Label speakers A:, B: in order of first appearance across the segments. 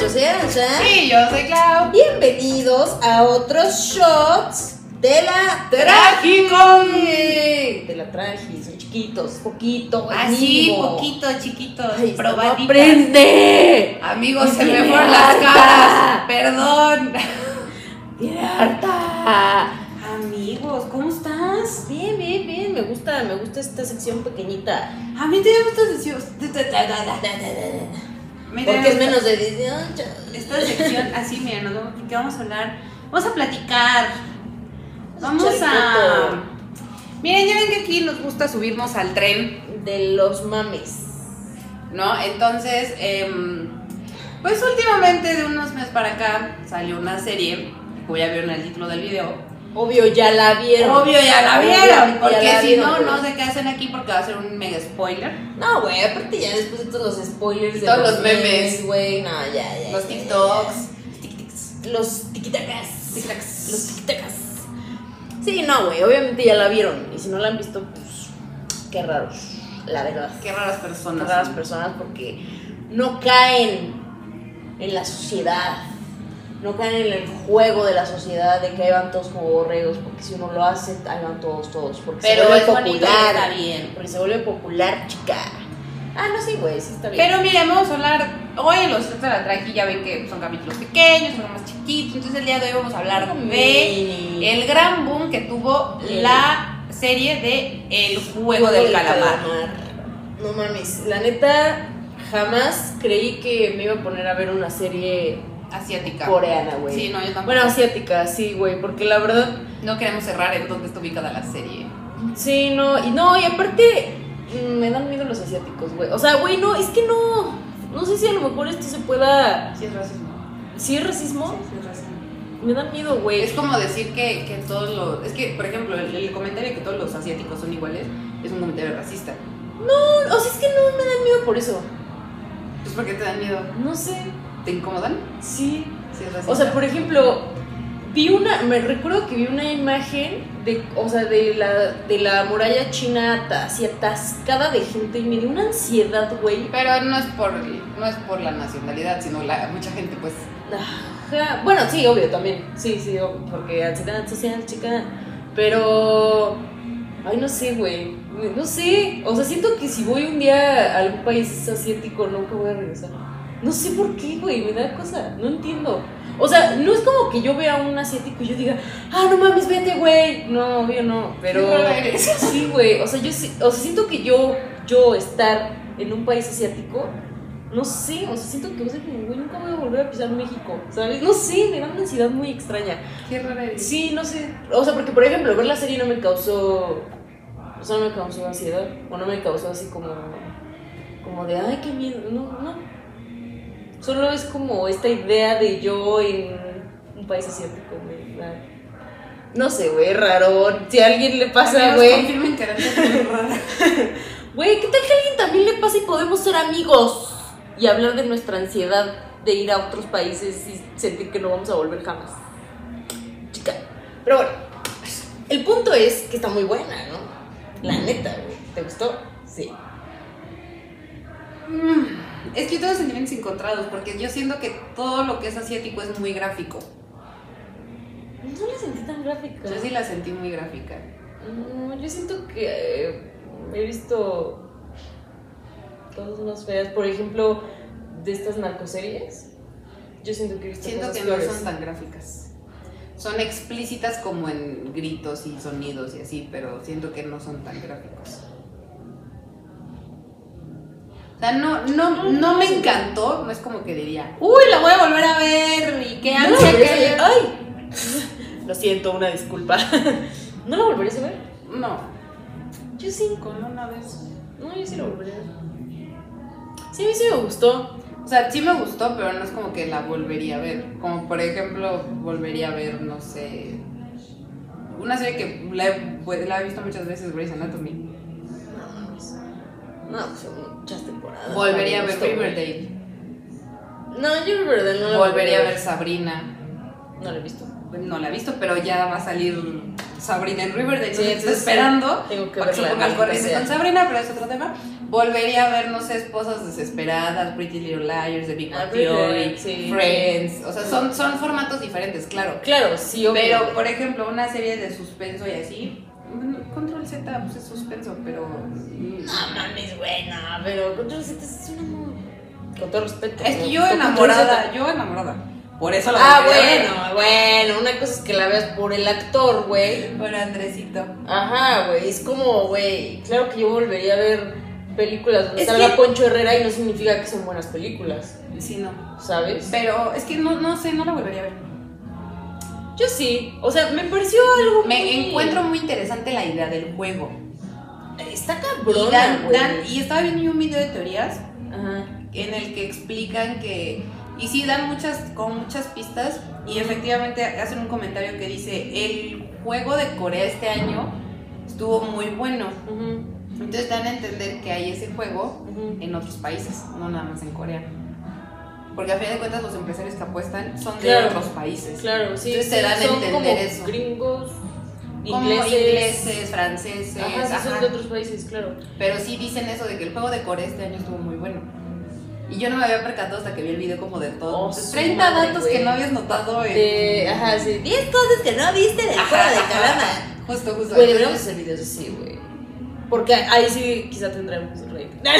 A: yo soy Arancha.
B: Sí, yo soy Clau.
A: Bienvenidos a otros shots de la
B: Tragicom.
A: De la tragi, son chiquitos, poquito,
B: Así,
A: amigo.
B: Ah, poquito, chiquito,
A: Ay, está, no
B: probaditas.
A: aprende.
B: Amigos, se me
A: Tiene
B: fueron las
A: harta.
B: caras. Perdón.
A: Tiene harta.
C: Amigos, ¿cómo estás?
A: Bien, bien, bien, me gusta, me gusta esta sección pequeñita.
C: A mí también me gusta decir. Me
A: Porque es
C: gusta
A: menos de 18.
C: Esta sección, así, mira, nos vamos, ¿qué vamos a hablar? Vamos a platicar. Vamos a.
B: Miren, ya ven que aquí nos gusta subirnos al tren,
A: De los mames.
B: ¿no? Entonces, em, pues últimamente, de unos meses para acá, salió una serie, como ya vieron el título del video,
A: Obvio, ya la vieron.
B: Obvio, ya la
A: Obvio,
B: vieron.
A: ya
B: porque
A: la
B: si
A: vieron,
B: no,
A: pero-
B: no sé qué hacen aquí porque va a ser un mega spoiler.
A: No, güey, aparte ya después de todos los spoilers. de
B: Todos los memes.
A: Güey, no, ya, ya.
B: Los
A: ya,
B: TikToks.
A: ya. Los tiquitacas.
B: Tic-tacs.
A: Los tiquitacas. Sí, no, güey, obviamente ya la vieron. Y si no la han visto, pues. Qué raros. La verdad.
B: Qué raras personas.
A: raras
B: son.
A: personas porque no caen en la sociedad. No caen en el juego de la sociedad de que ahí van todos como borregos. Porque si uno lo hace, ahí van todos, todos. Porque se
B: Pero
A: vuelve
B: es bonito y
A: popular.
B: está bien.
A: Porque se vuelve popular, chica. Ah, no, sí, güey, sí está bien.
B: Pero miren, vamos a hablar hoy en los sets de la traqui, ya ven que son capítulos pequeños, son más chiquitos, entonces el día de hoy vamos a hablar de
A: Mini.
B: el gran boom que tuvo
A: Sí.
B: la serie de El Juego del Calamar.
A: No mames, la neta jamás creí que me iba a poner a ver una serie
B: Asiática.
A: coreana, güey.
B: Sí, no, yo tampoco.
A: Bueno, asiática, sí, güey, porque la verdad
B: no queremos cerrar en dónde está ubicada la serie.
A: Sí, no, y no, y aparte mm, me dan miedo los asiáticos, güey. O sea, güey, no, es que no. No sé si a lo mejor esto se pueda.
B: Sí, es racismo.
A: Si es racismo,
B: Sí, es racismo.
A: me da miedo, güey.
B: Es como decir que, que todos los. Es que, por ejemplo, el, el comentario que todos los asiáticos son iguales es un comentario racista.
A: No, O sea, es que no me dan miedo por eso.
B: Pues porque te dan miedo.
A: No sé.
B: ¿Te incomodan?
A: Sí.
B: Si es racista.
A: O sea, por ejemplo, vi una. Me recuerdo que vi una imagen de. O sea, de la, de la muralla china ata- así atascada de gente y me dio una ansiedad, güey.
B: Pero no es por no es por la nacionalidad, sino la mucha gente, pues.
A: Ajá. Bueno, sí, obvio también. Sí, sí, obvio, porque ansiedad social, chica. Pero. Ay, no sé, güey. No sé. O sea, siento que si voy un día a algún país asiático, nunca voy a regresar. No sé por qué, güey. Me da cosa. No entiendo. O sea, no es como que yo vea a un asiático y yo diga, ah, no mames, vete, güey. No, obvio no. Pero.
B: No eres.
A: Sí, güey. O sea, yo sí- o sea, siento que yo, yo estar en un país asiático, no sé, o sea, siento que o sea, como, güey, nunca voy a volver a pisar México, ¿sabes? No sé, me da una ansiedad muy extraña.
B: Qué rara eres.
A: Sí, no sé. O sea, porque por ejemplo, ver la serie no me causó. O sea, no me causó ansiedad. O no me causó así como. Como de, ay, qué miedo. No, no. Solo es como esta idea de yo en un país asiático, me da- No sé, güey, raro. Si a alguien le pasa,
B: Amigos,
A: güey.
B: Confirmen que eres muy rara.
A: Güey, ¿qué tal que a alguien también le pasa y podemos ser amigos? Y hablar de nuestra ansiedad de ir a otros países y sentir que no vamos a volver jamás. Chica. Pero bueno, el punto es que está muy buena, ¿no? La neta, güey. ¿Te gustó? Sí.
B: Mm, Es que yo tengo sentimientos encontrados, porque yo siento que todo lo que es asiático es muy gráfico.
A: No la sentí tan gráfica.
B: Yo sí la sentí muy gráfica.
A: No, yo siento que eh, he visto cosas más feas. Por ejemplo, de estas narcoseries. Yo siento que he visto
B: Siento
A: cosas
B: que no
A: peores.
B: son tan gráficas. Son explícitas como en gritos y sonidos y así, pero siento que no son tan gráficos. O sea, no, no, no me encantó, no es como que diría, uy, la voy a volver a ver y qué
A: No la
B: ansia que
A: volverías a ver.
B: haya".
A: ¡Ay! Lo siento, una disculpa. ¿No la volverías a ver?
B: No,
A: Yo sí.
B: con una vez.
A: No, yo sí la volvería a ver. Sí, a mí sí me gustó.
B: O sea, sí me gustó, pero no es como que la volvería a ver. Como por ejemplo, volvería a ver, no sé, una serie que la he, pues, la he visto muchas veces, Grey's Anatomy.
A: pues, No, pues son muchas
B: Ah,
A: temporadas.
B: Volvería a
A: Me
B: ver
A: gustó.
B: Riverdale.
A: No, yo Riverdale no la
B: Volvería a
A: volvería
B: ver Sabrina.
A: No la he visto.
B: No la he visto, pero ya va a salir Sabrina en Riverdale.
A: Sí,
B: entonces estoy
A: entonces, eh,
B: esperando
A: tengo que
B: para que se
A: verla,
B: ponga al
A: maldita
B: corriente
A: sea.
B: con Sabrina, pero es otro tema. Volvería a ver, no sé, Esposas Desesperadas, Pretty Little Liars, The Big Bang
A: Ah, Pretty Little
B: Theory,
A: Liars, sí.
B: Friends. O sea, son, son formatos diferentes, claro.
A: Claro, sí, obvio.
B: Pero, por ejemplo, una serie de suspenso y así. mm, Control Z, pues es suspenso, pero. mm,
A: No mames, güey, no, pero Control Z es un amor. Con todo respeto.
B: Es que
A: ¿no?
B: yo
A: Con
B: enamorada,
A: Control Z.
B: yo enamorada. Por eso la
A: Ah,
B: volvería a
A: bueno,
B: ver.
A: bueno, una cosa es que la veas por el actor, güey.
B: Por Andresito.
A: Ajá, güey, es como, güey, claro que yo volvería a ver películas donde
B: Es
A: salga
B: que-
A: Poncho Herrera y no significa que son buenas películas,
B: Sí, no.
A: ¿sabes?
B: Pero es que no, no sé, no la volvería a ver.
A: Yo sí, o sea, me pareció algo
B: Me
A: muy-
B: encuentro muy interesante la idea del juego.
A: Está
B: Y,
A: cabrona,
B: dan-
A: güey.
B: dan- y estaba viendo yo un video de teorías
A: Ajá.
B: en el que explican que. Y sí, dan muchas, con muchas pistas. Y efectivamente hacen un comentario que dice: El juego de Corea este año estuvo muy bueno.
A: ujú,
B: Entonces dan a entender que hay ese juego
A: ujú.
B: en otros países, no nada más en Corea. Porque a fin de cuentas los empresarios que apuestan son de
A: Claro.
B: otros países.
A: Claro, sí.
B: Entonces
A: sí,
B: te dan a
A: son
B: entender
A: como
B: eso.
A: gringos,
B: Como
A: ingleses.
B: ingleses, franceses,
A: Ajá, sí, son
B: ajá.
A: de otros países, claro.
B: pero sí dicen eso de que el juego de Corea este año estuvo muy bueno. Y yo no me había percatado hasta que vi el video como de todo.
A: Oh,
B: Entonces,
A: su
B: 30
A: madre,
B: datos
A: güey.
B: que no habías notado. en-
A: De, ajá, sí. 10 cosas que no viste del
B: Ajá,
A: juego de
B: ajá.
A: Calama.
B: Justo, justo.
A: Güey, deberíamos hacer videos así, güey. Porque ahí sí quizá tendremos un rating.
B: Ah,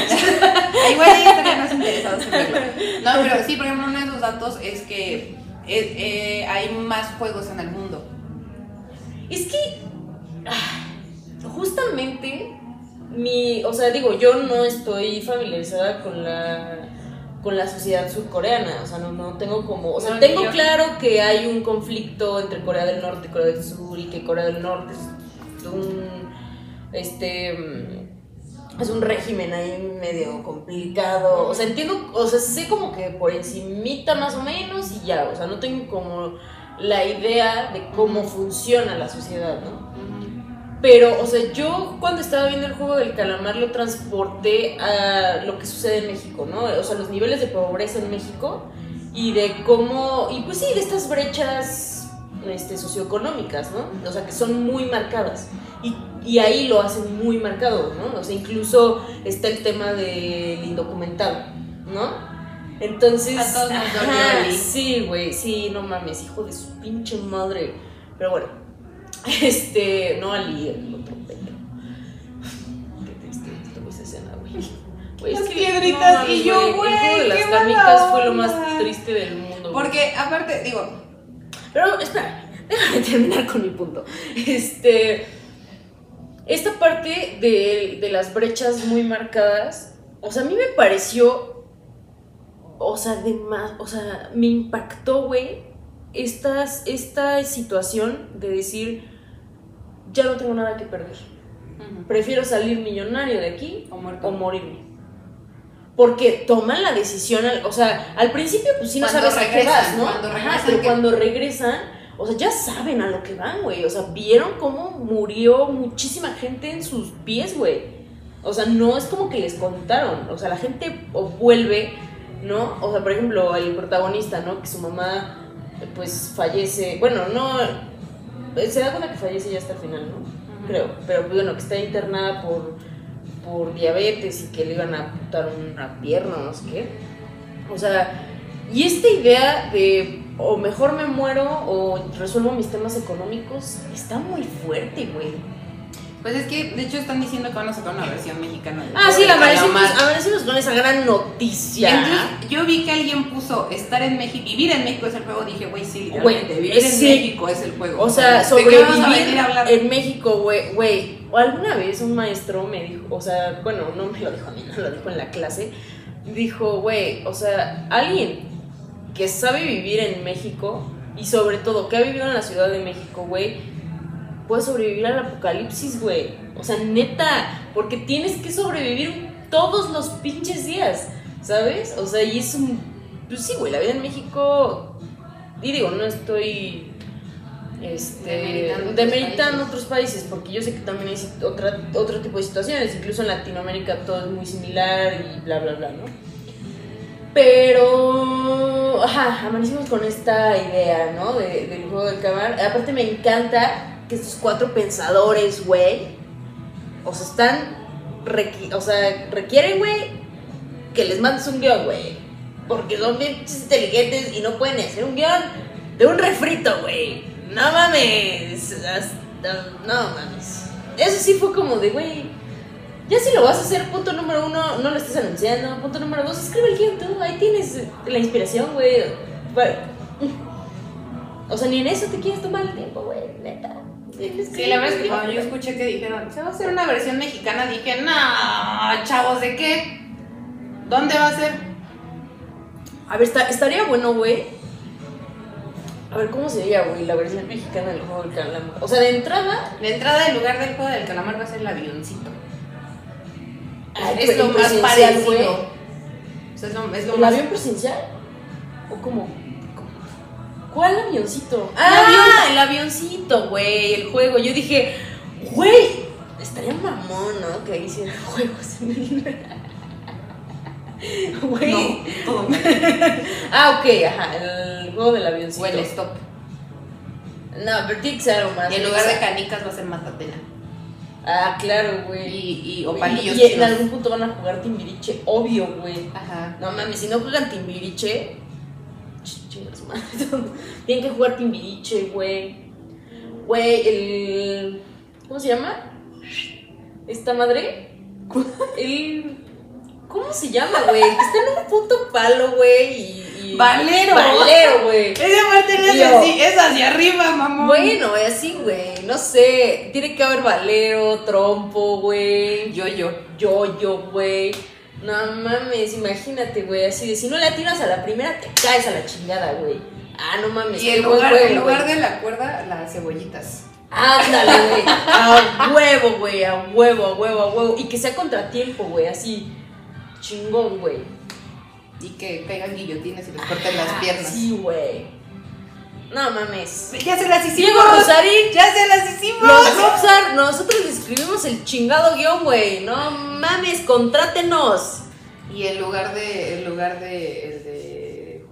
B: Igual ahí estarían más interesados en verlo. No, pero sí, por ejemplo, uno de los datos es que es- eh, hay más juegos en el mundo.
A: es que ah, justamente mi, o sea, digo, yo no estoy familiarizada con la con la sociedad surcoreana, o sea, no, no tengo como, o sea,
B: No, ni
A: tengo
B: yo.
A: claro que hay un conflicto entre Corea del Norte y Corea del Sur y que Corea del Norte es un este mm, es un régimen ahí medio complicado. O sea, entiendo, o sea, sé como que por encimita más o menos y ya, o sea, no tengo como la idea de cómo funciona la sociedad, ¿no? Pero, o sea, yo cuando estaba viendo el juego del calamar lo transporté a lo que sucede en México, ¿no? O sea, los niveles de pobreza en México y de cómo, y pues sí, de estas brechas este, socioeconómicas, ¿no? O sea, que son muy marcadas. Y, y ahí lo hacen muy marcado, ¿no? O sea, incluso está el tema del indocumentado, ¿no? Entonces...
B: A todos nos dolió,
A: ajá,
B: Eli.
A: Sí, güey, sí, no mames, hijo de su pinche madre. Pero bueno, este, no Ali, el otro pendejo. Qué triste estuvo esa escena, güey. Güey,
B: Las
A: es que-
B: piedritas
A: no mames,
B: y yo,
A: El juego de
B: güey,
A: las
B: qué mala
A: canicas fue lo más
B: onda.
A: triste del mundo. güey.
B: Porque aparte, digo,
A: Pero espera, déjame terminar con mi punto. Este. Esta parte de, de las brechas muy marcadas, o sea, a mí me pareció. O sea, de más. O sea, me impactó, güey, estas- esta situación de decir: Ya no tengo nada que perder. Prefiero salir millonario de aquí
B: o muerto.
A: o morirme. Porque toman la decisión, al- o sea, al principio pues sí no
B: Cuando
A: sabes a qué
B: regresan,
A: vas, ¿no?
B: cuando
A: Ajá,
B: regresan
A: pero
B: que-
A: cuando regresan, o sea, ya saben a lo que van, güey. O sea, vieron cómo murió muchísima gente en sus pies, güey. O sea, no es como que les contaron, o sea, la gente o vuelve, ¿no? O sea, por ejemplo, el protagonista, ¿no? Que su mamá pues fallece, bueno, no se da cuenta que fallece ya hasta el final, ¿no? creo. Pero pues, bueno, que está internada por, por diabetes y que le iban a amputar una pierna, no sé qué. O sea, y esta idea de o mejor me muero o resuelvo mis temas económicos está muy fuerte, güey.
B: Pues es que, de hecho, están diciendo que van a sacar una versión mexicana. del
A: Ah,
B: juego
A: sí,
B: del
A: amanecimos,
B: calamar.
A: amanecimos con esa gran noticia.
B: Entonces, yo vi que alguien puso estar en México, vivir en México es el juego. Dije, güey, sí,
A: Güey,
B: literalmente, vivir en
A: sí.
B: México es el juego.
A: O sea,
B: ¿de qué vamos a
A: sobrevivir
B: venir a hablar?
A: en México, güey, güey. O alguna vez un maestro me dijo, o sea, bueno, no me lo dijo a mí, no lo dijo en la clase. Dijo, güey, o sea, alguien que sabe vivir en México y sobre todo que ha vivido en la Ciudad de México, güey, puede sobrevivir al apocalipsis, güey. O sea, neta, porque tienes que sobrevivir todos los pinches días, ¿sabes? O sea, y es un... Pues sí, güey, la vida en México... Y digo, no estoy... Este,
B: Demeritando
A: demeritando,
B: otros
A: otros países, porque yo sé que también hay sit- otra, otro tipo de situaciones, incluso en Latinoamérica todo es muy similar y bla, bla, bla, ¿no? Pero, ajá, amanecimos con esta idea, ¿no? De- del juego del calamar. Aparte me encanta que estos cuatro pensadores, güey, o sea, están, requi- o sea, requieren, güey, que les mandes un guión, güey. Porque son bien pinches inteligentes y no pueden hacer un guión de un refrito, güey. No mames. hasta- no mames. Eso sí fue como de, güey. Ya si lo vas a hacer, punto número uno, no lo estás anunciando. Punto número dos, escribe el guión tú. Ahí tienes la inspiración, güey. Va- O sea, ni en eso te quieres tomar el tiempo, güey. Neta.
C: Sí, la verdad es que cuando yo escuché que dijeron, se va a hacer una versión mexicana, dije, no, chavos, ¿de qué? ¿Dónde va a ser?
A: A ver, esta- estaría bueno, güey. A ver, ¿cómo sería, güey, la versión mexicana del juego del calamar? O sea, de entrada.
C: La entrada del lugar del juego del calamar va a ser el avioncito.
A: ay,
C: es
A: güey,
C: lo más
A: presencial,
C: parecido.
A: güey.
C: O sea, es lo, es lo
A: ¿El
C: más...
A: avión presencial? ¿O cómo? ¿Cuál avioncito?
C: avión.
A: Ah, el avioncito, güey, el juego. Yo dije, güey, estaría mamón, ¿no? Que hicieran juegos en el. Güey.
B: No, todo mal.
A: Ah, ok, ajá, el juego del avioncito.
C: O el stop.
A: No, pero tiene que ser algo más.
C: Y en lugar de canicas va a ser matatena.
A: Ah, claro, güey.
C: Y, y o palillos
A: Y, en
C: chinos.
A: algún punto van a jugar Timbiriche, obvio, güey.
C: Ajá.
A: No mames, si no juegan Timbiriche, ch- chingas madre. Tienen que jugar Timbiriche, güey. Güey, el. ¿Cómo se llama? ¿Esta madre? El. ¿Cómo se llama, güey? El Que está en un puto palo, güey. Y, y-
C: Valero.
A: Valero, güey.
C: Esa parte no es
A: Yo.
C: así, es hacia arriba, mamón.
A: Bueno, güey, así, güey. No sé. Tiene que haber Valero, Trompo, güey.
B: Yo, yo.
A: yo-yo, güey. No mames, imagínate, güey. Así de si no la tiras a la primera, te caes a la chingada, güey. Ah, no mames.
B: Y
A: qué
B: en
A: buen
B: lugar,
A: juego,
B: en lugar
A: güey.
B: de la cuerda, las cebollitas.
A: Ándale, güey. A huevo, güey. A huevo, a huevo, a huevo. Y que sea contratiempo, güey. Así. Chingón, güey.
B: Y que caigan guillotines y les corten las
A: Ah,
B: piernas.
A: Sí, güey. No mames.
C: Ya se las hicimos.
A: Diego Rosarín.
C: Ya se las hicimos.
A: Los Rockstar, nosotros le escribimos el chingado guión, güey. No mames, contrátenos.
B: Y en lugar de, en lugar de, el de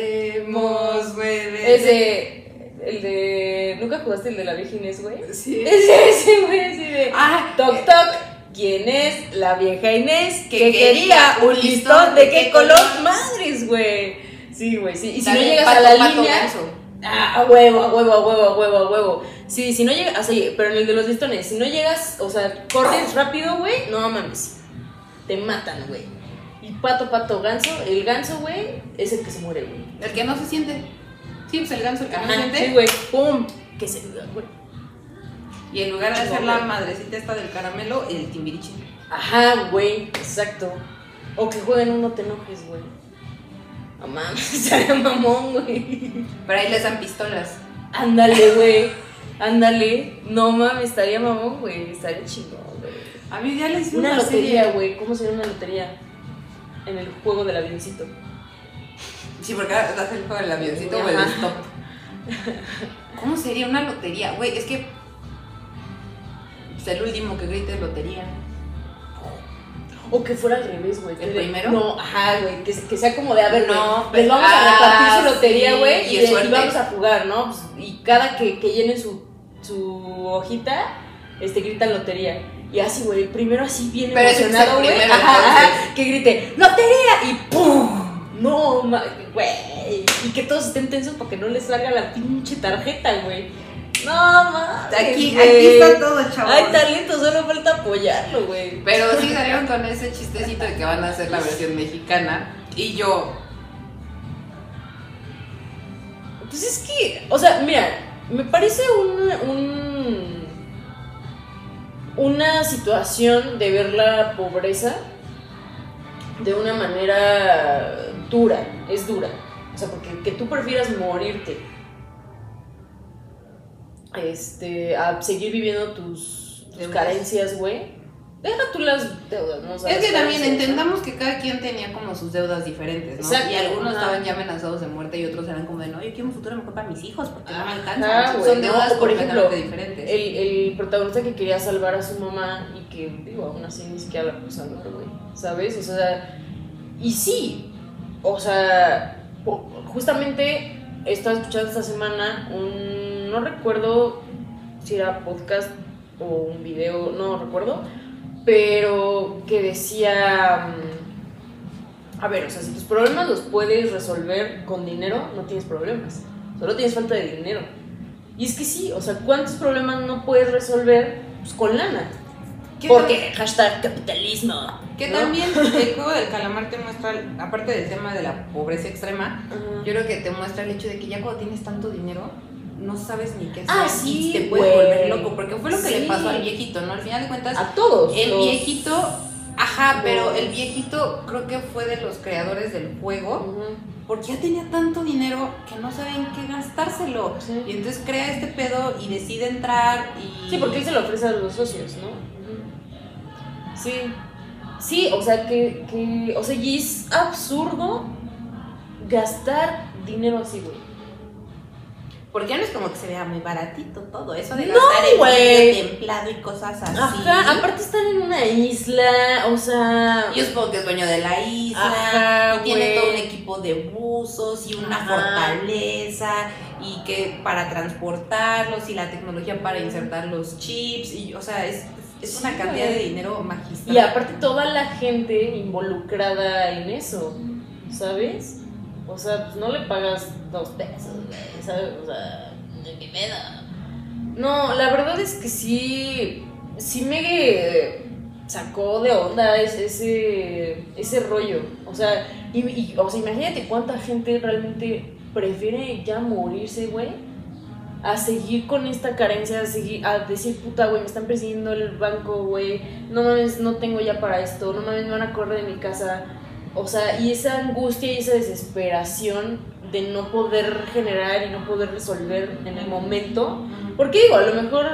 B: jugaremos, bebé.
A: Ese, el de. ¿Nunca jugaste el de la Virgen es, güey?
B: Sí.
A: Ese, ese, güey, así de.
B: Ah,
A: Toc, toc. ¿Quién es la vieja Inés que,
B: Que
A: quería
B: quería
A: un listón de qué color? Madres, güey. Sí, güey, sí. Y si no
B: También
A: llegas
B: Pato,
A: a la
B: Pato
A: línea.
B: Ganso.
A: Ah, a huevo, a huevo, a huevo, a huevo, a huevo. Sí, si no llegas, así, pero en el de los listones, si no llegas, o sea, corres rápido, güey, no mames. Te matan, güey. Y pato, pato, ganso, el ganso, güey, es el que se muere, güey.
B: El que no se siente. Sí, pues el ganso, el que no se
A: Ajá,
B: siente.
A: sí, güey, pum, que se güey.
B: Y en lugar de hacer la madrecita esta del caramelo, el timbiriche.
A: Ajá, güey, exacto. O que jueguen uno te enojes, güey. No mames, estaría mamón, güey.
B: Pero ahí les dan pistolas.
A: Ándale, güey. Ándale. No mames, estaría mamón, güey. Estaría chingón, güey.
B: A mí ya les hice
A: Una
B: serie.
A: lotería, güey. ¿Cómo sería una lotería? En el juego del avioncito.
B: Sí, porque ahora hace el juego del avioncito o el
A: Ajá.
B: stop. ¿Cómo sería una lotería? Güey, es que. Es el último que grite lotería.
A: O que fuera al revés, güey. que
B: ¿El
A: de-
B: primero?
A: No, ajá, güey. Que, que sea como de, a ver,
B: No,
A: no,
B: pues,
A: les vamos a
B: ah,
A: repartir su lotería,
B: sí,
A: güey.
B: y
A: y,
B: es
A: de- y
B: suerte.
A: vamos a jugar, ¿no? Pues, y cada que, que llenen su, su hojita, este, gritan lotería. Y así, güey, primero así bien
B: Pero ese es el
A: emocionado, güey.
B: primero,
A: Ajá,
B: entonces.
A: ajá, que grite, ¡lotería! Y ¡pum! No, ma- güey. Y que todos estén tensos para que no les salga la pinche tarjeta, güey. No, mames.
C: Aquí, aquí
A: güey.
C: está todo, chavos.
A: Hay talento, solo falta apoyarlo, güey.
B: Pero sí salieron con ese chistecito de que van a hacer la versión mexicana. Y yo.
A: Pues es que, o sea, mira, me parece un, un- una situación de ver la pobreza de una manera dura, es dura. O sea, porque que tú prefieras morirte este, a seguir viviendo tus, tus
B: Deudas.
A: carencias, güey. Deja tú las deudas, ¿no? O sea,
B: Es que
A: las
B: también
A: carencias, ¿no?
B: entendamos que cada quien tenía como sus deudas diferentes, ¿no?
A: Exacto.
B: Y algunos
A: Ajá.
B: estaban ya amenazados de muerte y otros eran como de, no, yo quiero un futuro mejor para mis hijos porque no me alcanza.
A: Ajá,
B: Entonces, Son
A: güey, ¿no?
B: deudas
A: O, por
B: completamente
A: ejemplo,
B: diferentes.
A: El, el protagonista que quería salvar a su mamá y que, digo, aún así ni siquiera la puso a salvar, güey. ¿Sabes? O sea, y sí, o sea, o- justamente estaba escuchando esta semana un. No recuerdo si era podcast o un video, no recuerdo, pero que decía, mm, a ver, o sea, si tus problemas los puedes resolver con dinero, no tienes problemas, solo tienes falta de dinero. Y es que sí, o sea, ¿cuántos problemas no puedes resolver pues, con lana?
B: ¿Qué
A: Porque hashtag capitalismo.
B: Que
A: ¿no?
B: también el juego del calamar te muestra, aparte del tema de la pobreza extrema,
A: Ajá.
B: yo creo que te muestra el hecho de que ya cuando tienes tanto dinero, no sabes ni qué hacer.
A: Ah,
B: y
A: sí,
B: te puedes
A: güey.
B: volver loco, porque fue lo que
A: Sí.
B: le pasó al viejito, ¿no? Al final de cuentas,
A: A todos.
B: el
A: los-
B: viejito, ajá, pero
A: Los-
B: el viejito creo que fue de los creadores del juego,
A: Ujú.
B: porque ya tenía tanto dinero que no saben qué gastárselo.
A: Sí.
B: Y entonces crea este pedo y decide entrar y...
A: Sí, porque él se lo ofrece a los socios, ¿no? Sí. Sí, o sea, que, que- O sea, y es absurdo gastar dinero así, güey.
B: Porque ya no es como que se vea muy baratito todo eso de
A: No,
B: gastar en
A: güey.
B: vidrio templado y cosas así.
A: Ajá, aparte están en una isla, o sea.
B: Yo supongo que es dueño de la isla.
A: Ajá,
B: y tiene
A: güey.
B: todo un equipo de buzos y una
A: Ajá.
B: fortaleza y que para transportarlos y la tecnología para insertar los chips y o sea es, es una
A: Sí,
B: cantidad
A: güey.
B: de dinero magistral.
A: Y aparte toda la gente involucrada en eso, ¿sabes? O sea, pues no le pagas dos pesos, güey, ¿sabes? O sea, de qué pedo. No, la verdad es que sí, sí me sacó de onda es- ese, ese rollo. O sea, y, y- o sea, imagínate cuánta gente realmente prefiere ya morirse, güey, a seguir con esta carencia, a, seguir, a decir, puta, güey, me están persiguiendo el banco, güey, no mames, no tengo ya para esto, no mames, me van a correr de mi casa. O sea, y esa angustia y esa desesperación de no poder generar y no poder resolver en el momento.
B: Ujú.
A: Porque digo, a lo mejor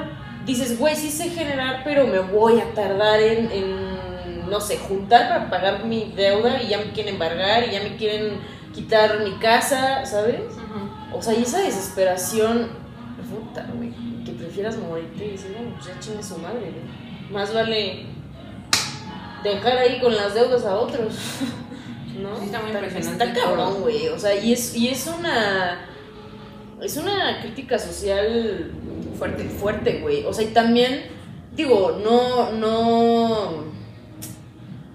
A: dices, güey, sí sé generar, pero me voy a tardar en, en, no sé, juntar para pagar mi deuda y ya me quieren embargar y ya me quieren quitar mi casa, ¿sabes?
B: Ujú.
A: O sea, y esa desesperación, puta, güey, que prefieras morirte y decir, bueno, pues ya chingue su madre, güey. Más vale dejar ahí con las deudas a otros, ¿no?
B: Sí, está muy impresionante
A: Está cabrón, güey, o sea, y es, y es una... Es una crítica social fuerte, fuerte, güey. O sea, y también, digo, no, no...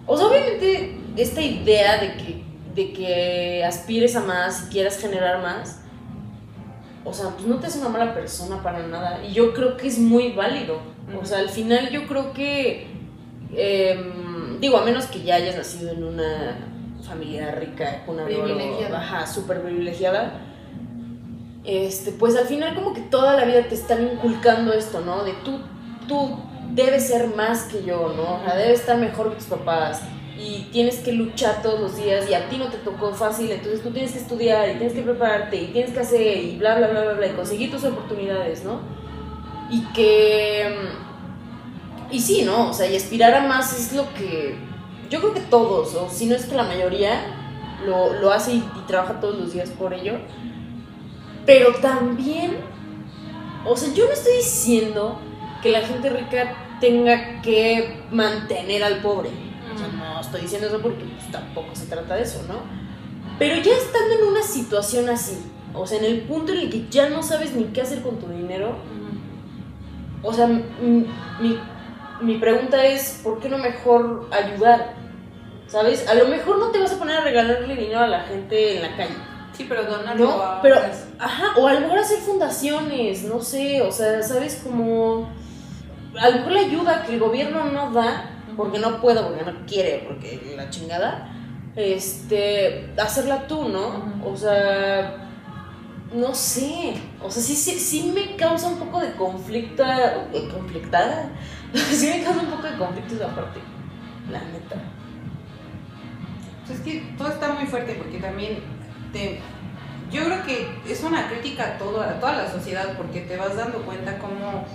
A: O sea, obviamente esta idea de que, de que aspires a más y quieras generar más, o sea, pues no te hace una mala persona para nada. Y yo creo que es muy válido. O sea, al final yo creo que, em, digo, a menos que ya hayas nacido en una familia rica, con una
B: Privilegiada.
A: Ajá, súper privilegiada. Este, pues al final como que toda la vida te están inculcando esto, ¿no? De tú, tú debes ser más que yo, ¿no? O sea, debes estar mejor que tus papás y tienes que luchar todos los días y a ti no te tocó fácil, entonces tú tienes que estudiar y tienes que prepararte y tienes que hacer y bla, bla, bla, bla, bla, y conseguir tus oportunidades, ¿no? Y que... em, mm, Y sí, ¿no? O sea, y aspirar a más es lo que... Yo creo que todos, o si no es que la mayoría, lo, lo hace y, y trabaja todos los días por ello. Pero también, o sea, yo no estoy diciendo que la gente rica tenga que mantener al pobre. O sea, no estoy diciendo eso porque pues, tampoco se trata de eso, ¿no? Pero ya estando en una situación así, o sea, en el punto en el que ya no sabes ni qué hacer con tu dinero, o sea, m- m- mi, mi pregunta es, ¿por qué no mejor ayudar? ¿Sabes? A lo mejor no te vas a poner a regalarle dinero a la gente en la calle.
B: Sí, pero donarlo
A: No,
B: a
A: pero,
B: otras.
A: ajá, o a lo mejor hacer fundaciones, no sé, o sea, sabes como, a lo mejor la ayuda que el gobierno no da, porque no puede, porque no quiere, porque la chingada, este, hacerla tú, ¿no?
B: Ujú.
A: O sea, no sé, o sea, sí, sí, sí me causa un poco de conflicta, eh, conflictada, sí me causa un poco de conflicto esa parte, la neta.
B: Pues es que todo está muy fuerte porque también te, yo creo que es una crítica a, todo, a toda la sociedad porque te vas dando cuenta cómo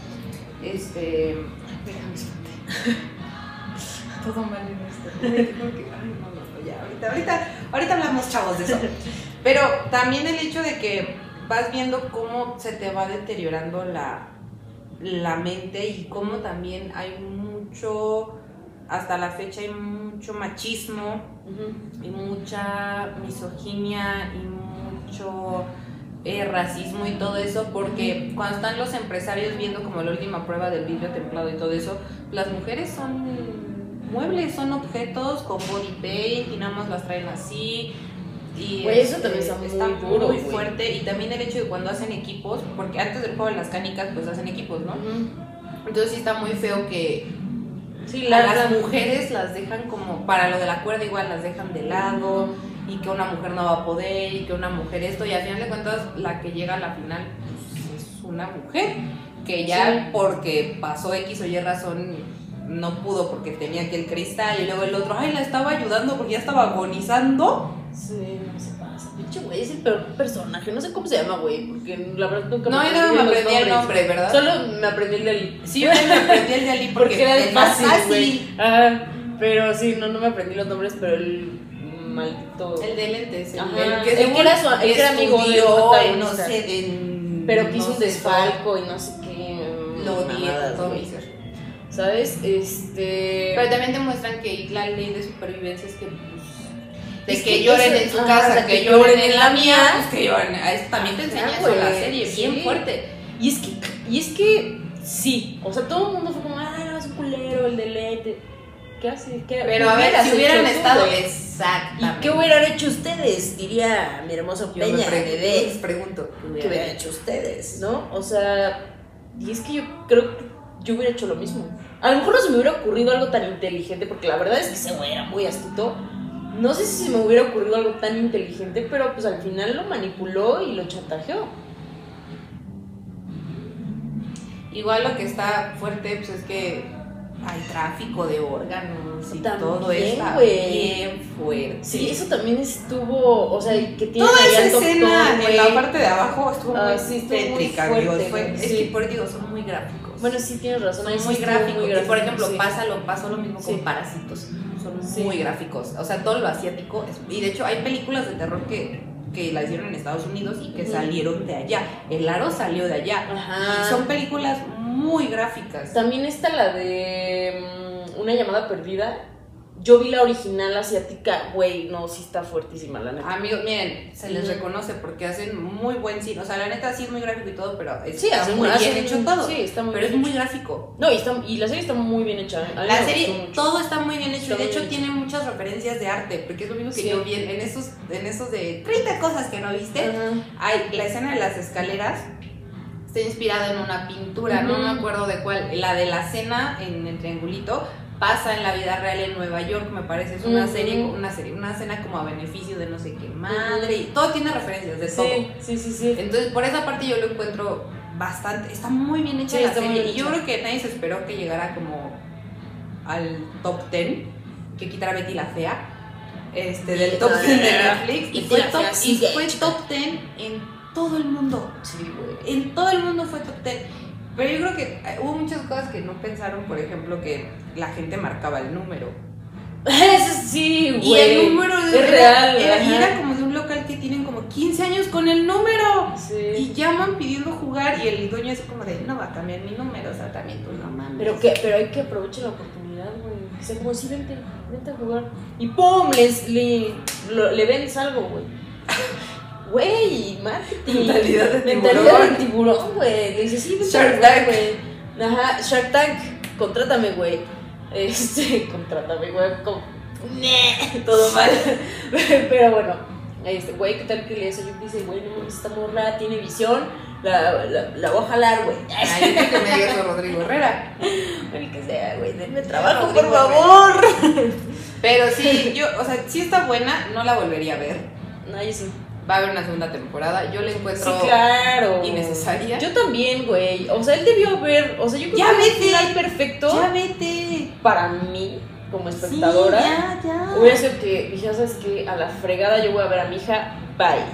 B: este déjame suerte. todo mal en esto Ay, creo que- ay, no, no, no, ya, ahorita, ahorita, ahorita hablamos chavos de eso pero también el hecho de que vas viendo cómo se te va deteriorando la, la mente y cómo también hay mucho hasta la fecha hay mucho machismo
A: Ujú.
B: y mucha misoginia y mucho eh, racismo y todo eso, porque cuando están los empresarios viendo como la última prueba del vidrio templado y todo eso, las mujeres son muebles, son objetos con body paint y nada más las traen así. Y este,
A: Güey, eso también está muy duro,
B: muy
A: güey.
B: fuerte. Y también el hecho de cuando hacen equipos, porque antes del juego de las canicas, pues hacen equipos, ¿no? Entonces sí está muy feo que
A: Sí,
B: a
A: la,
B: las mujeres las dejan como para lo de la cuerda igual las dejan de lado y que una mujer no va a poder y que una mujer esto y al final de cuentas la que llega a la final pues, es una mujer que ya
A: Sí.
B: porque pasó X o Y razón no pudo porque tenía aquel cristal y luego el otro ay la estaba ayudando porque ya estaba agonizando
A: Sí, no se pasa. Pinche güey, es el peor personaje. No sé cómo se llama, güey, porque la verdad nunca
B: no yo
A: aprendí
B: no me
A: los
B: aprendí el
A: nombres.
B: nombre verdad
A: Solo me aprendí el del.
B: sí yo también me aprendí el de Ali porque,
A: Porque era de
B: el más
A: fácil, güey. Ajá. Pero sí, no, no me aprendí los nombres, pero el maldito.
B: el de lentes
A: Ajá. El que era su- el que era amigo del
B: estudió en, no
A: protagonista.
B: sé en-
A: pero quiso
B: no
A: un
B: sé,
A: desfalco y no sé qué.
B: lo odié con
A: mamadas,
B: todo mi
A: güey.
B: ser.
A: ¿Sabes? Este.
C: Pero también demuestran que la ley de supervivencia es que, pues, de
A: Es
C: que,
A: que
C: lloren
A: eso-
C: en su
A: ajá,
C: casa,
A: o sea,
C: que, lloren en la
B: Pues
C: mía.
B: que yo, a eso también te
C: ah, Te
B: enseña
C: enseña
B: eso
C: eso la
A: güey,
C: serie,
A: sí.
C: bien fuerte.
A: Y es que. Y es que. Sí. O sea, todo el mundo fue como, ah, es un culero, el delete. ¿Qué hace? ¿Qué Pues
C: Pero a ver,
A: hubieras
C: si hubieran
A: hecho tú,
C: estado.
A: güey?
C: Exactamente.
A: ¿Y qué hubieran hecho ustedes? Diría mi hermoso
B: Yo me
A: Peña,
B: pregunto,
A: bebés.
B: les pregunto, ¿qué
A: ¿Qué
B: hubiera
A: hubieran
B: hecho?
A: hecho ustedes? ¿No? O sea, y es que yo creo que yo hubiera hecho lo mismo. A lo mejor no se me hubiera ocurrido algo tan inteligente, porque la verdad es que ese güey era muy astuto. No sé si se me hubiera ocurrido algo tan inteligente, pero pues al final lo manipuló y lo chantajeó.
B: Igual lo que está fuerte pues es que hay tráfico de órganos y
A: También,
B: todo está
A: güey.
B: bien fuerte.
A: Sí, eso también estuvo, o sea, y que tiene
B: Toda
A: ahí
B: esa
A: al doctor,
B: escena en
A: güey.
B: la parte de abajo estuvo
A: Ah,
B: muy
A: sí, estuvo muy
B: tétrica,
A: fuerte,
B: amigos. Fue-
A: güey,
B: es
A: sí.
B: que por Dios son muy gráficos.
A: Bueno, sí tienes razón. ahí
B: son
A: sí
B: muy
A: estuvo
B: gráficos.
A: muy
B: y, por ejemplo,
A: sí.
B: pasa, lo, pasa lo mismo
A: Sí.
B: con Parásitos. Son
A: Sí.
B: muy gráficos. O sea, todo lo asiático. es- y de hecho, hay películas de terror que, que la hicieron en Estados Unidos y que
A: Ujú. Ah.
B: salieron de allá. El aro salió de allá.
A: Ajá.
B: Y son películas muy gráficas.
A: También está la de mm, Una llamada perdida. Yo vi la original asiática, güey, no, sí está fuertísima, la neta.
B: Amigos, miren, se les
A: Ujú.
B: reconoce porque hacen muy buen cine. O sea, la neta sí es muy gráfico y todo, pero es
A: Sí,
B: está
A: hacen-
B: muy bien
A: hacen-
B: hecho todo.
A: Sí, está muy
B: pero es
A: bien
B: muy
A: hecho.
B: gráfico.
A: No, y, está- y la serie está muy bien hecha. ¿eh? a mí
B: La
A: me gustó
B: serie,
A: mucho.
B: todo está muy bien hecho.
A: Está
B: y de
A: muy
B: hecho,
A: bien
B: tiene muchas referencias de arte. Porque es lo mismo que
A: Sí.
B: yo vi en, en esos, en esos de 30 cosas que no viste.
A: Ajá.
B: Hay la escena de las escaleras está inspirada en una pintura, no
A: Ujú.
B: me acuerdo de cuál, la de la cena en el triangulito pasa en la vida real en Nueva York, me parece, es una
A: Ujú.
B: serie, una serie, una cena como a beneficio de no sé qué madre, y todo tiene referencias de todo.
A: Sí, sí, sí, sí.
B: Entonces, por esa parte yo lo encuentro bastante, está muy bien hecha
A: Sí,
B: la
A: está muy
B: serie
A: bien
B: y yo
A: hecha.
B: creo que nadie se esperó que llegara como al top 10, que quitara Betty la fea. Este, del top 10 de Netflix y
A: Betty
B: fue,
A: la
B: top,
A: Fea
B: y
A: sigue,
B: fue
A: chica.
B: top 10 en todo el mundo
A: Sí, güey.
B: en todo el mundo fue top 10. Pero yo creo que eh, hubo muchas cosas que no pensaron, por ejemplo, que la gente marcaba el número.
A: Eso sí, güey.
B: Y el número
A: es
B: era,
A: real,
B: era- y
A: ajá.
B: era como de un local que tienen como 15 años con el número.
A: Sí.
B: Y llaman pidiendo jugar y el dueño es como de, no va a cambiar mi número, o sea, también tú no mames.
A: Pero, que, pero hay que aprovechar la oportunidad, güey. O sea, como si vente, vente a jugar. Y ¡pum! Les, le, lo- le vendes algo, güey. Güey, marketing.
B: Mentalidad de
A: Mentalidad
B: tiburón.
A: de tiburón, güey. Le dices, sí, vente
B: Shark
A: a jugar,
B: Tank.
A: güey. Ajá, Shark Tank, contrátame, güey. Este, contrátame, güey. Como,
B: todo mal.
A: pero bueno, este, güey, ¿qué tal que le eso? Yo dice, güey, no, esta morra tiene visión. La, la, la voy a jalar, güey.
B: Ay, yo creo que me digas a Rodrigo Herrera.
A: El que sea, güey, denme trabajo,
B: Rodrigo
A: por favor.
B: Pero sí, yo, o sea, sí está buena, no la volvería a ver.
A: No, yo sí.
B: Va a haber una segunda temporada, yo la
A: Sí,
B: encuentro...
A: claro.
B: innecesaria.
A: Yo también, güey. O sea, él debió ver. O sea, yo creo
B: Ya
A: que fue el
B: vete.
A: final perfecto
B: Ya vete.
A: para mí, como espectadora,
B: Sí, ya, ya.
A: hubiera sido que dije, "Ah, ¿sabes qué? A la fregada yo voy a ver a mi hija, bye.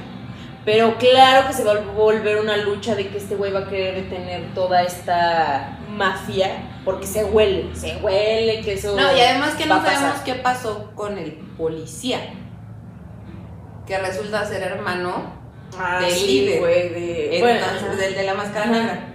A: Pero claro que se va a volver una lucha de que este güey va a querer detener toda esta mafia porque se huele, se huele que eso.
B: No, y además que
A: va
B: no
A: a pasar.
B: sabemos qué pasó con el policía. Que resulta ser hermano
A: Ah,
B: del
A: sí,
B: líder.
A: güey, de.
B: entonces,
A: bueno,
B: del de la máscara
A: Ajá.
B: negra.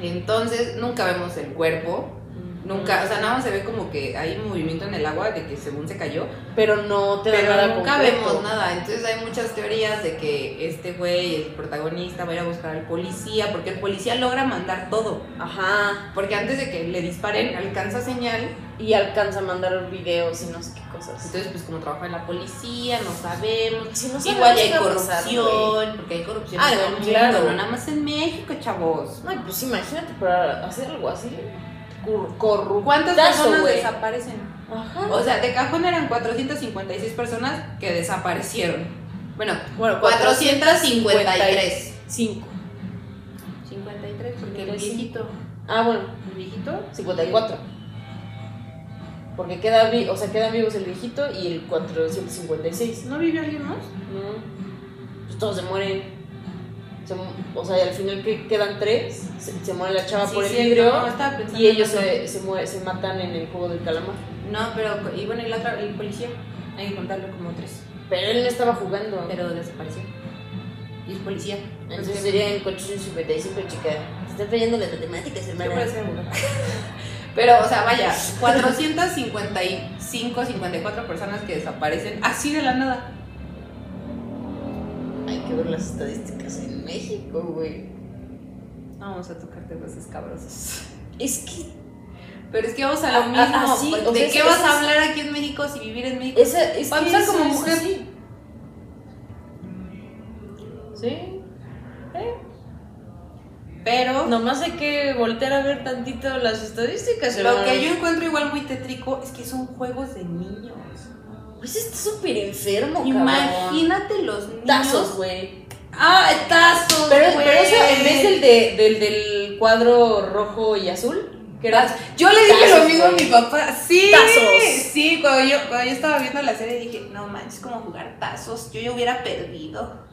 B: Entonces nunca vemos el cuerpo.
A: ajá.
B: Nunca, o sea, nada más se ve como que hay movimiento en el agua de que según se cayó,
A: Pero no te da
B: pero
A: nada
B: nunca
A: concreto.
B: vemos nada. Entonces hay muchas teorías de que este güey, el protagonista, va a ir a buscar al policía, porque el policía logra mandar todo.
A: Ajá.
B: Porque antes de que le disparen, alcanza señal.
A: Y alcanza a mandar videos y no sé qué cosas.
B: Entonces, pues como trabaja en la policía, no sabemos.
A: Si no sabemos
B: Igual
A: qué
B: hay
A: va a pasar,
B: corrupción,
A: güey.
B: porque hay corrupción
A: Ah,
B: en todo el
A: claro.
B: mundo, no nada más en México, chavos.
A: Ay, pues imagínate para hacer algo así. Cor- corruptazo,
B: ¿Cuántas personas
A: güey.
B: desaparecen?
A: Ajá.
B: O sea, de cajón eran 456 personas que desaparecieron. Bueno,
A: Bueno,
B: 453.
A: 455.
B: 53, porque el
A: 53.
B: viejito.
A: Ah, bueno,
B: ¿El viejito?
A: 54. Porque queda vi- o sea, quedan vivos el viejito y el 456.
B: ¿No vivió alguien más?
A: ¿no? Pues todos se mueren. Se mu- o sea, y al final que quedan tres. Se, se muere la chava por el vidrio.
B: no, estaba pensando
A: y ellos
B: en eso.
A: se, se, mue- se matan en el juego del calamar.
B: No, pero. Y bueno, el otro, el policía. Hay que contarlo como tres.
A: Pero él no estaba jugando.
B: Pero desapareció. Y es policía.
A: Entonces sería en 455, chica. Te está fallando las matemáticas,
B: ¿Qué
A: hermana.
B: puede ser, mujer? Pero, o sea, vaya, 455, 54 personas que desaparecen así de la nada.
A: Hay que ver las estadísticas en México, güey.
B: No vamos a tocar temas escabrosos.
A: Es que
B: Pero es que vamos a lo
A: Ah,
B: mismo.
A: ah, sí,
B: ¿De
A: o sea,
B: qué
A: es-
B: vas
A: es-
B: a hablar aquí en México si vivir en México?
A: esa es
B: Para
A: que
B: empezar, como
A: eso es
B: mujer.
A: así. Sí.
B: Pero
A: Nomás hay que voltear a ver tantito las estadísticas.
B: lo
A: hermanos.
B: que yo encuentro igual muy tétrico es que son juegos de niños. Oh,
A: Pues está súper enfermo, cabrón.
B: Imagínate los niños.
A: Tazos, güey.
B: Ah, tazos.
A: Pero,
B: güey.
A: pero eso en vez del, de- del, del cuadro rojo y azul, que era.
B: Tazos. Yo le dije
A: Tazos,
B: lo mismo
A: güey.
B: a mi papá. Sí.
A: Tazos.
B: Sí, cuando yo, cuando yo estaba viendo la serie dije, no manches, como jugar tazos. Yo ya hubiera perdido.
A: Ah.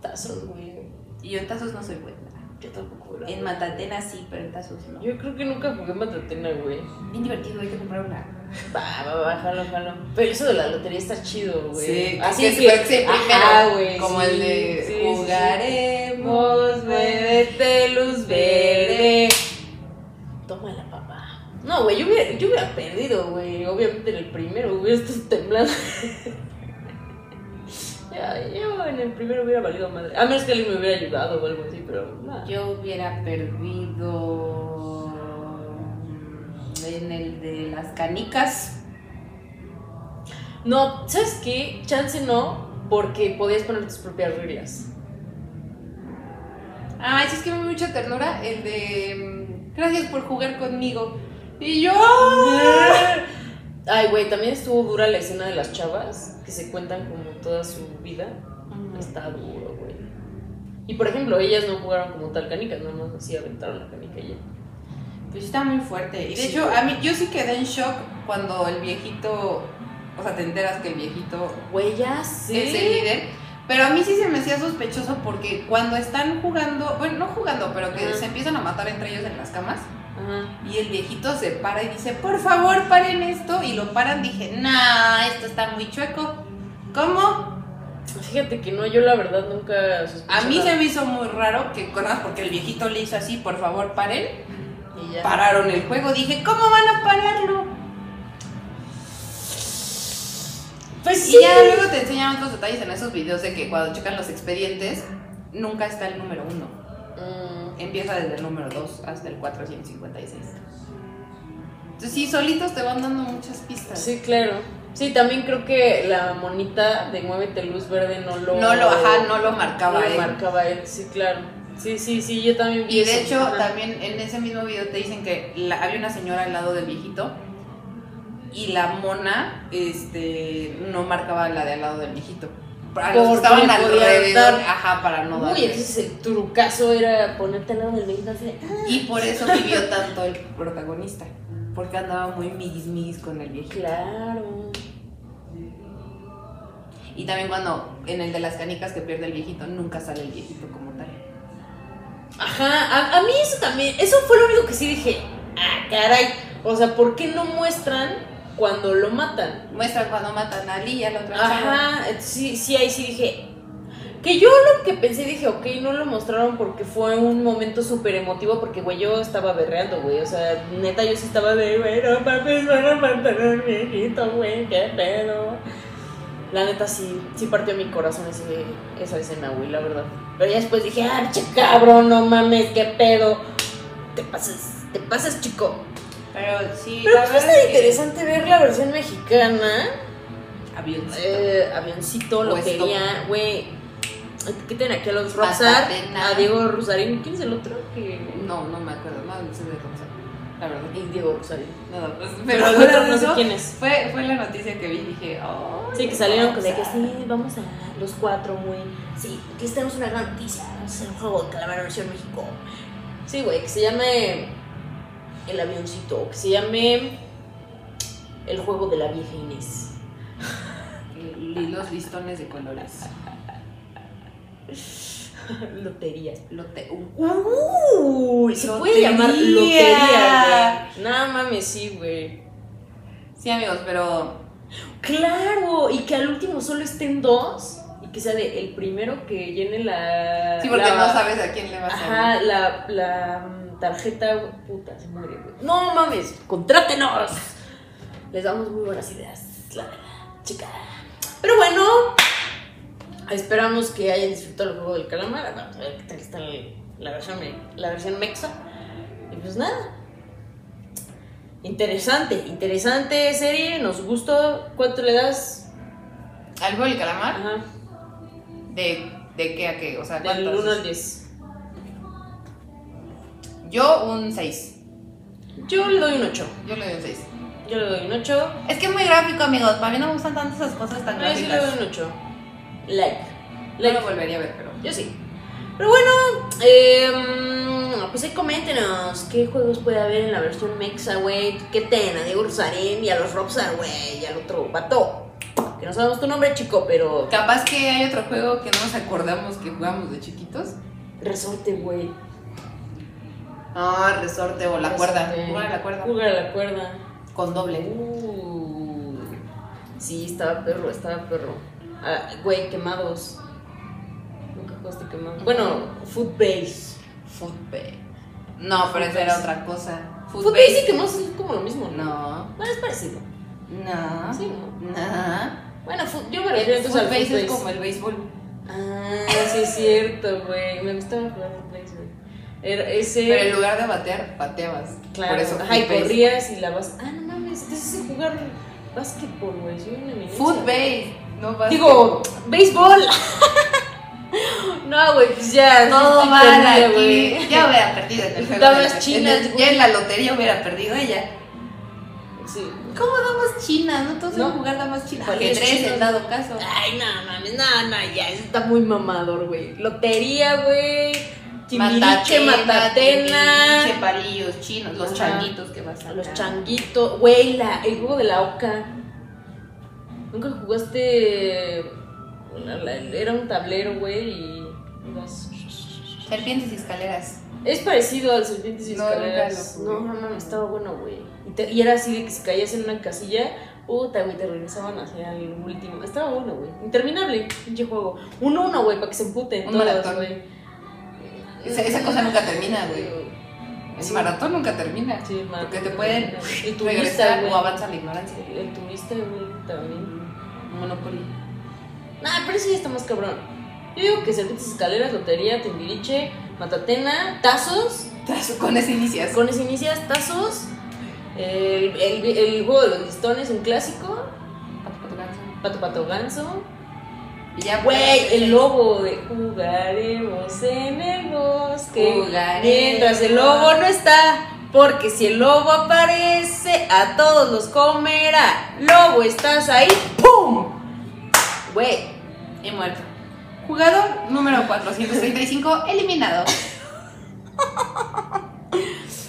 A: Tazos, güey.
B: Y yo en tazos no soy buena.
A: Yo tampoco,
B: En
A: güey.
B: Matatena sí, pero en tazos no.
A: Yo creo que nunca jugué Matatena, güey.
B: Bien divertido, hay que comprar una.
A: Va, va, va, jalo, jalo. Pero eso de la lotería está chido, güey.
B: Sí,
A: así
B: que
A: que,
B: es Pepsi
A: ajá,
B: primero,
A: güey.
B: como
A: sí,
B: el de
A: sí, sí,
B: jugaremos,
A: sí.
B: bebete luz verde.
A: sí. Tómala, papá. No, güey, yo hubiera, yo hubiera perdido, güey. Obviamente en el primero hubiera estado temblando. ya, yo en el primero hubiera valido madre. A menos que alguien me hubiera ayudado o algo así, pero nada.
B: Yo hubiera perdido mm, en el de las canicas.
A: No, ¿sabes qué? Chance no, porque podías poner tus propias reglas.
B: Ay, sí, es que me dio mucha ternura el de mm, gracias por jugar conmigo. Y yo. ¡ah!
A: Ay, güey, también estuvo dura la escena de las chavas que se cuentan como toda su vida. Está duro, güey. Y por ejemplo, ellas no jugaron como tal canicas, nada más así aventaron la canica y ya.
B: Pues está muy fuerte. Y de
A: Sí.
B: hecho, a mí yo sí quedé en shock cuando el viejito, o sea, te enteras que el viejito
A: Güey, ya sí.
B: es el líder. Pero a mí sí se me hacía sospechoso porque cuando están jugando, bueno, no jugando, pero que
A: Ajá.
B: se empiezan a matar entre ellos en las camas.
A: Ajá.
B: Y el viejito se para y dice, por favor, paren esto. Y lo paran, dije, nah, esto está muy chueco. ¿Cómo?
A: Fíjate que no, yo la verdad nunca sospeché.
B: A mí se
A: nada.
B: me hizo muy raro que, nada más porque el viejito le hizo así, por favor, paren.
A: Y ya.
B: Pararon el juego, dije, ¿cómo van a pararlo?
A: Pues
B: Y ya luego te enseñan otros detalles en esos videos de que cuando checan los expedientes, nunca está el número uno.
A: Mm,
B: Empieza desde el número 2 hasta el 456. Entonces sí, solitos te van dando muchas pistas.
A: sí, claro. Sí, también creo que la monita de Muévete Luz Verde no lo.
B: No lo, ajá, no lo marcaba
A: lo
B: él.
A: marcaba él, sí, claro. Sí, sí, sí, yo también vi
B: Y de
A: eso.
B: hecho,
A: Ajá.
B: también en ese mismo video te dicen que la- había una señora al lado del viejito y la mona este, no marcaba la de al lado del viejito. Para los que
A: Porque
B: estaban
A: le podía
B: alrededor,
A: dar-
B: ajá, para no
A: Uy,
B: darle.
A: entonces el trucazo era ponerte al lado del viejito así. de, ah.
B: Y por eso vivió tanto el protagonista, porque andaba muy miguis miguis con el viejito.
A: Claro.
B: Y también cuando en el de las canicas que pierde el viejito, nunca sale el viejito como tal.
A: Ajá, a, a mí eso también, eso fue lo único que sí dije, ah, caray, o sea, ¿por qué no muestran cuando lo matan?
B: Muestra cuando matan a Lee y a la otra chava.
A: Ajá, sí, sí, ahí sí dije, Que yo lo que pensé, dije, ok, no lo mostraron porque fue un momento súper emotivo, porque, güey, yo estaba berreando, güey. O sea, neta, yo sí estaba de, güey, no mames, van a matar al viejito, güey, qué pedo. La neta, sí, sí partió mi corazón ese- esa escena, güey, la verdad. Pero ya después dije, ah, che, cabrón, no mames, qué pedo. Te pasas, te pasas, chico.
D: Pero sí,
A: Pero
D: la
A: pues
D: verdad
A: está
D: es que-
A: interesante ver la versión mexicana.
D: Avioncito.
A: Eh, avioncito, lo
B: O
A: quería,
B: Stop.
A: güey. Quiten aquí a los Roxar,
B: Patatena.
A: a Diego Rosarín. ¿Quién es el otro? Que...
B: No, no me acuerdo. No, no sé de Roxanne. La verdad.
A: El Diego Rosarín.
B: Nada, pues,
A: Pero
B: pero
A: el
B: fuera
A: otro
B: de
A: no sé
B: eso,
A: quién es.
B: Fue, fue la noticia que vi y dije, oh.
A: Sí, que salieron con de que sí, vamos a los cuatro, güey. Sí, aquí tenemos una gran noticia. Vamos a hacer un juego de calamar versión México. Sí, güey, que se llame El avioncito, o que se llame El juego de la vieja Inés.
B: Los listones de colores.
A: Lotería.
B: Lote, uh,
A: Uy, se puede
B: Lotería.
A: llamar lotería, güey. No mames, sí, güey.
B: Sí, amigos, pero.
A: Claro, y que al último solo estén dos y que sea de el primero que llene la.
B: Sí, porque
A: la-
B: no sabes a quién le vas a
A: Ajá,
B: dar.
A: la, la mm, tarjeta. Puta, se muere, güey. No mames, contrátenos. Les damos muy buenas ideas, la verdad, chica. Pero bueno, esperamos que hayan disfrutado el juego del calamar. Vamos a ver qué tal está el- la versión, la versión mexa. Y pues nada. Interesante, interesante serie, nos gustó. ¿Cuánto le das?
B: ¿Algo del calamar?
A: Ajá,
B: ¿De, ¿De qué a qué? O sea,
A: del
B: ¿cuántos?
A: 1 al 10.
B: Yo un 6.
A: Yo le doy un 8.
B: Yo le doy un 6.
A: Yo le doy un 8.
B: Es que es muy gráfico, amigos. Para mí no me gustan tanto esas cosas tan
A: No, yo sí le doy
B: gráficas.
A: un 8. Like.
B: No
A: Like.
B: lo volvería a ver, pero.
A: Yo sí. Pero bueno, em, pues ahí coméntenos qué juegos puede haber en la versión mexa, güey. ¿Qué ten? A Diego Rosarín y a los Rockstar, güey. Y al otro vato. Que no sabemos tu nombre, chico, pero.
B: Capaz que hay otro juego que no nos acordamos que jugamos de chiquitos.
A: Resorte, güey. Este,
B: Ah, resorte o la cuerda.
A: Resorte.
B: Jugar a la cuerda.
A: Jugar a la cuerda.
B: Con doble.
A: Uh, sí, estaba perro, estaba perro. Ah, Güey, quemados. Nunca jugaste quemados. Bueno, footbase.
B: Footbase. No, pero esa era
A: Footbase.
B: otra cosa.
A: Footbase y quemados es como lo mismo, ¿no?
B: No.
A: Bueno, es parecido.
B: No.
A: Sí, ¿no?
B: No.
A: Bueno, fu- yo me refiero entonces al
B: Footbase
A: footbase.
B: Ah. es como el béisbol.
A: Ah, sí es cierto, güey. Me gustaba jugar footbase, güey. Era ese...
B: Pero en lugar de batear, bateabas.
A: claro.
B: Por eso.
A: Ajá, y
B: footbase.
A: corrías y la vas... Ah, no mames, entonces es jugar básquetbol, güey. Soy una eminencia.
B: Footbase. No vas.
A: Digo, béisbol. no, güey, pues ya. sí
B: No
A: estoy
B: van
A: perdida,
B: aquí. Ya hubiera perdido en el juego.
A: Dabas
B: de la-
A: chinas,
B: en el-
A: güey.
B: Ya en la lotería hubiera perdido ella.
A: Sí.
B: ¿Cómo damas chinas? No todos
A: No.
B: saben jugar damas chinas.
A: ¿Cuál es
B: Ajedrez
A: chino?
B: en dado caso.
A: Ay, no mames, no, no, ya, eso está muy mamador, güey. Lotería, güey. Chimbiriche, matatena.
B: Chimbiriche, palillos chinos, los
A: Ajá.
B: changuitos que vas a
A: Los changuitos, güey, la- el juego de la oca. Nunca jugaste. la- la- Era un tablero, güey, y. ibas-
B: Serpientes y escaleras.
A: Es parecido al serpientes y
B: No, nunca lo
A: escaleras.
B: jugué.
A: No, no, no, estaba bueno, güey. Y, te- y era así de que si caías en una casilla, puta, güey, te regresaban hacia el último. Estaba bueno, güey. Interminable, pinche juego. Uno, uno, güey, para que se emputen
B: Un
A: todos,
B: maratón.
A: güey.
B: Esa, esa cosa nunca termina, güey. El
A: Sí.
B: maratón nunca termina.
A: Sí, el maratón
B: Porque te
A: nunca
B: pueden
A: termina. Y tu
B: regresar
A: vista,
B: o
A: güey.
B: avanza la ignorancia.
A: El turista, güey, también.
B: Monopoly.
A: Nah, pero eso ya está más cabrón. Yo digo que serpientes, escaleras, lotería, timbiriche, matatena, tazos.
B: Tazo, Con ese inicias.
A: Con eso inicias, tazos. El, el, el juego de los listones, un clásico.
B: Pato, pato, ganso.
A: Pato pato ganso.
B: Y ya,
A: Güey,
B: pues,
A: el lobo de jugaremos en el bosque.
B: Jugaremos.
A: Mientras el lobo no está. Porque si el lobo aparece, a todos los comerá. Lobo, estás ahí. ¡Pum! Güey,
B: He muerto. Jugador número 435, eliminado.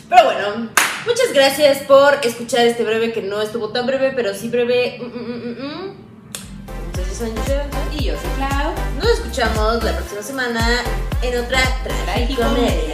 A: Pero bueno, muchas gracias por escuchar este breve que no estuvo tan breve, pero sí breve. Mm, mm, mm, mm, mm. Entonces, yo soy Anita.
B: Y yo soy Clau.
A: Nos escuchamos la próxima semana en otra
B: Tragicomedia.
A: Tragicomedia.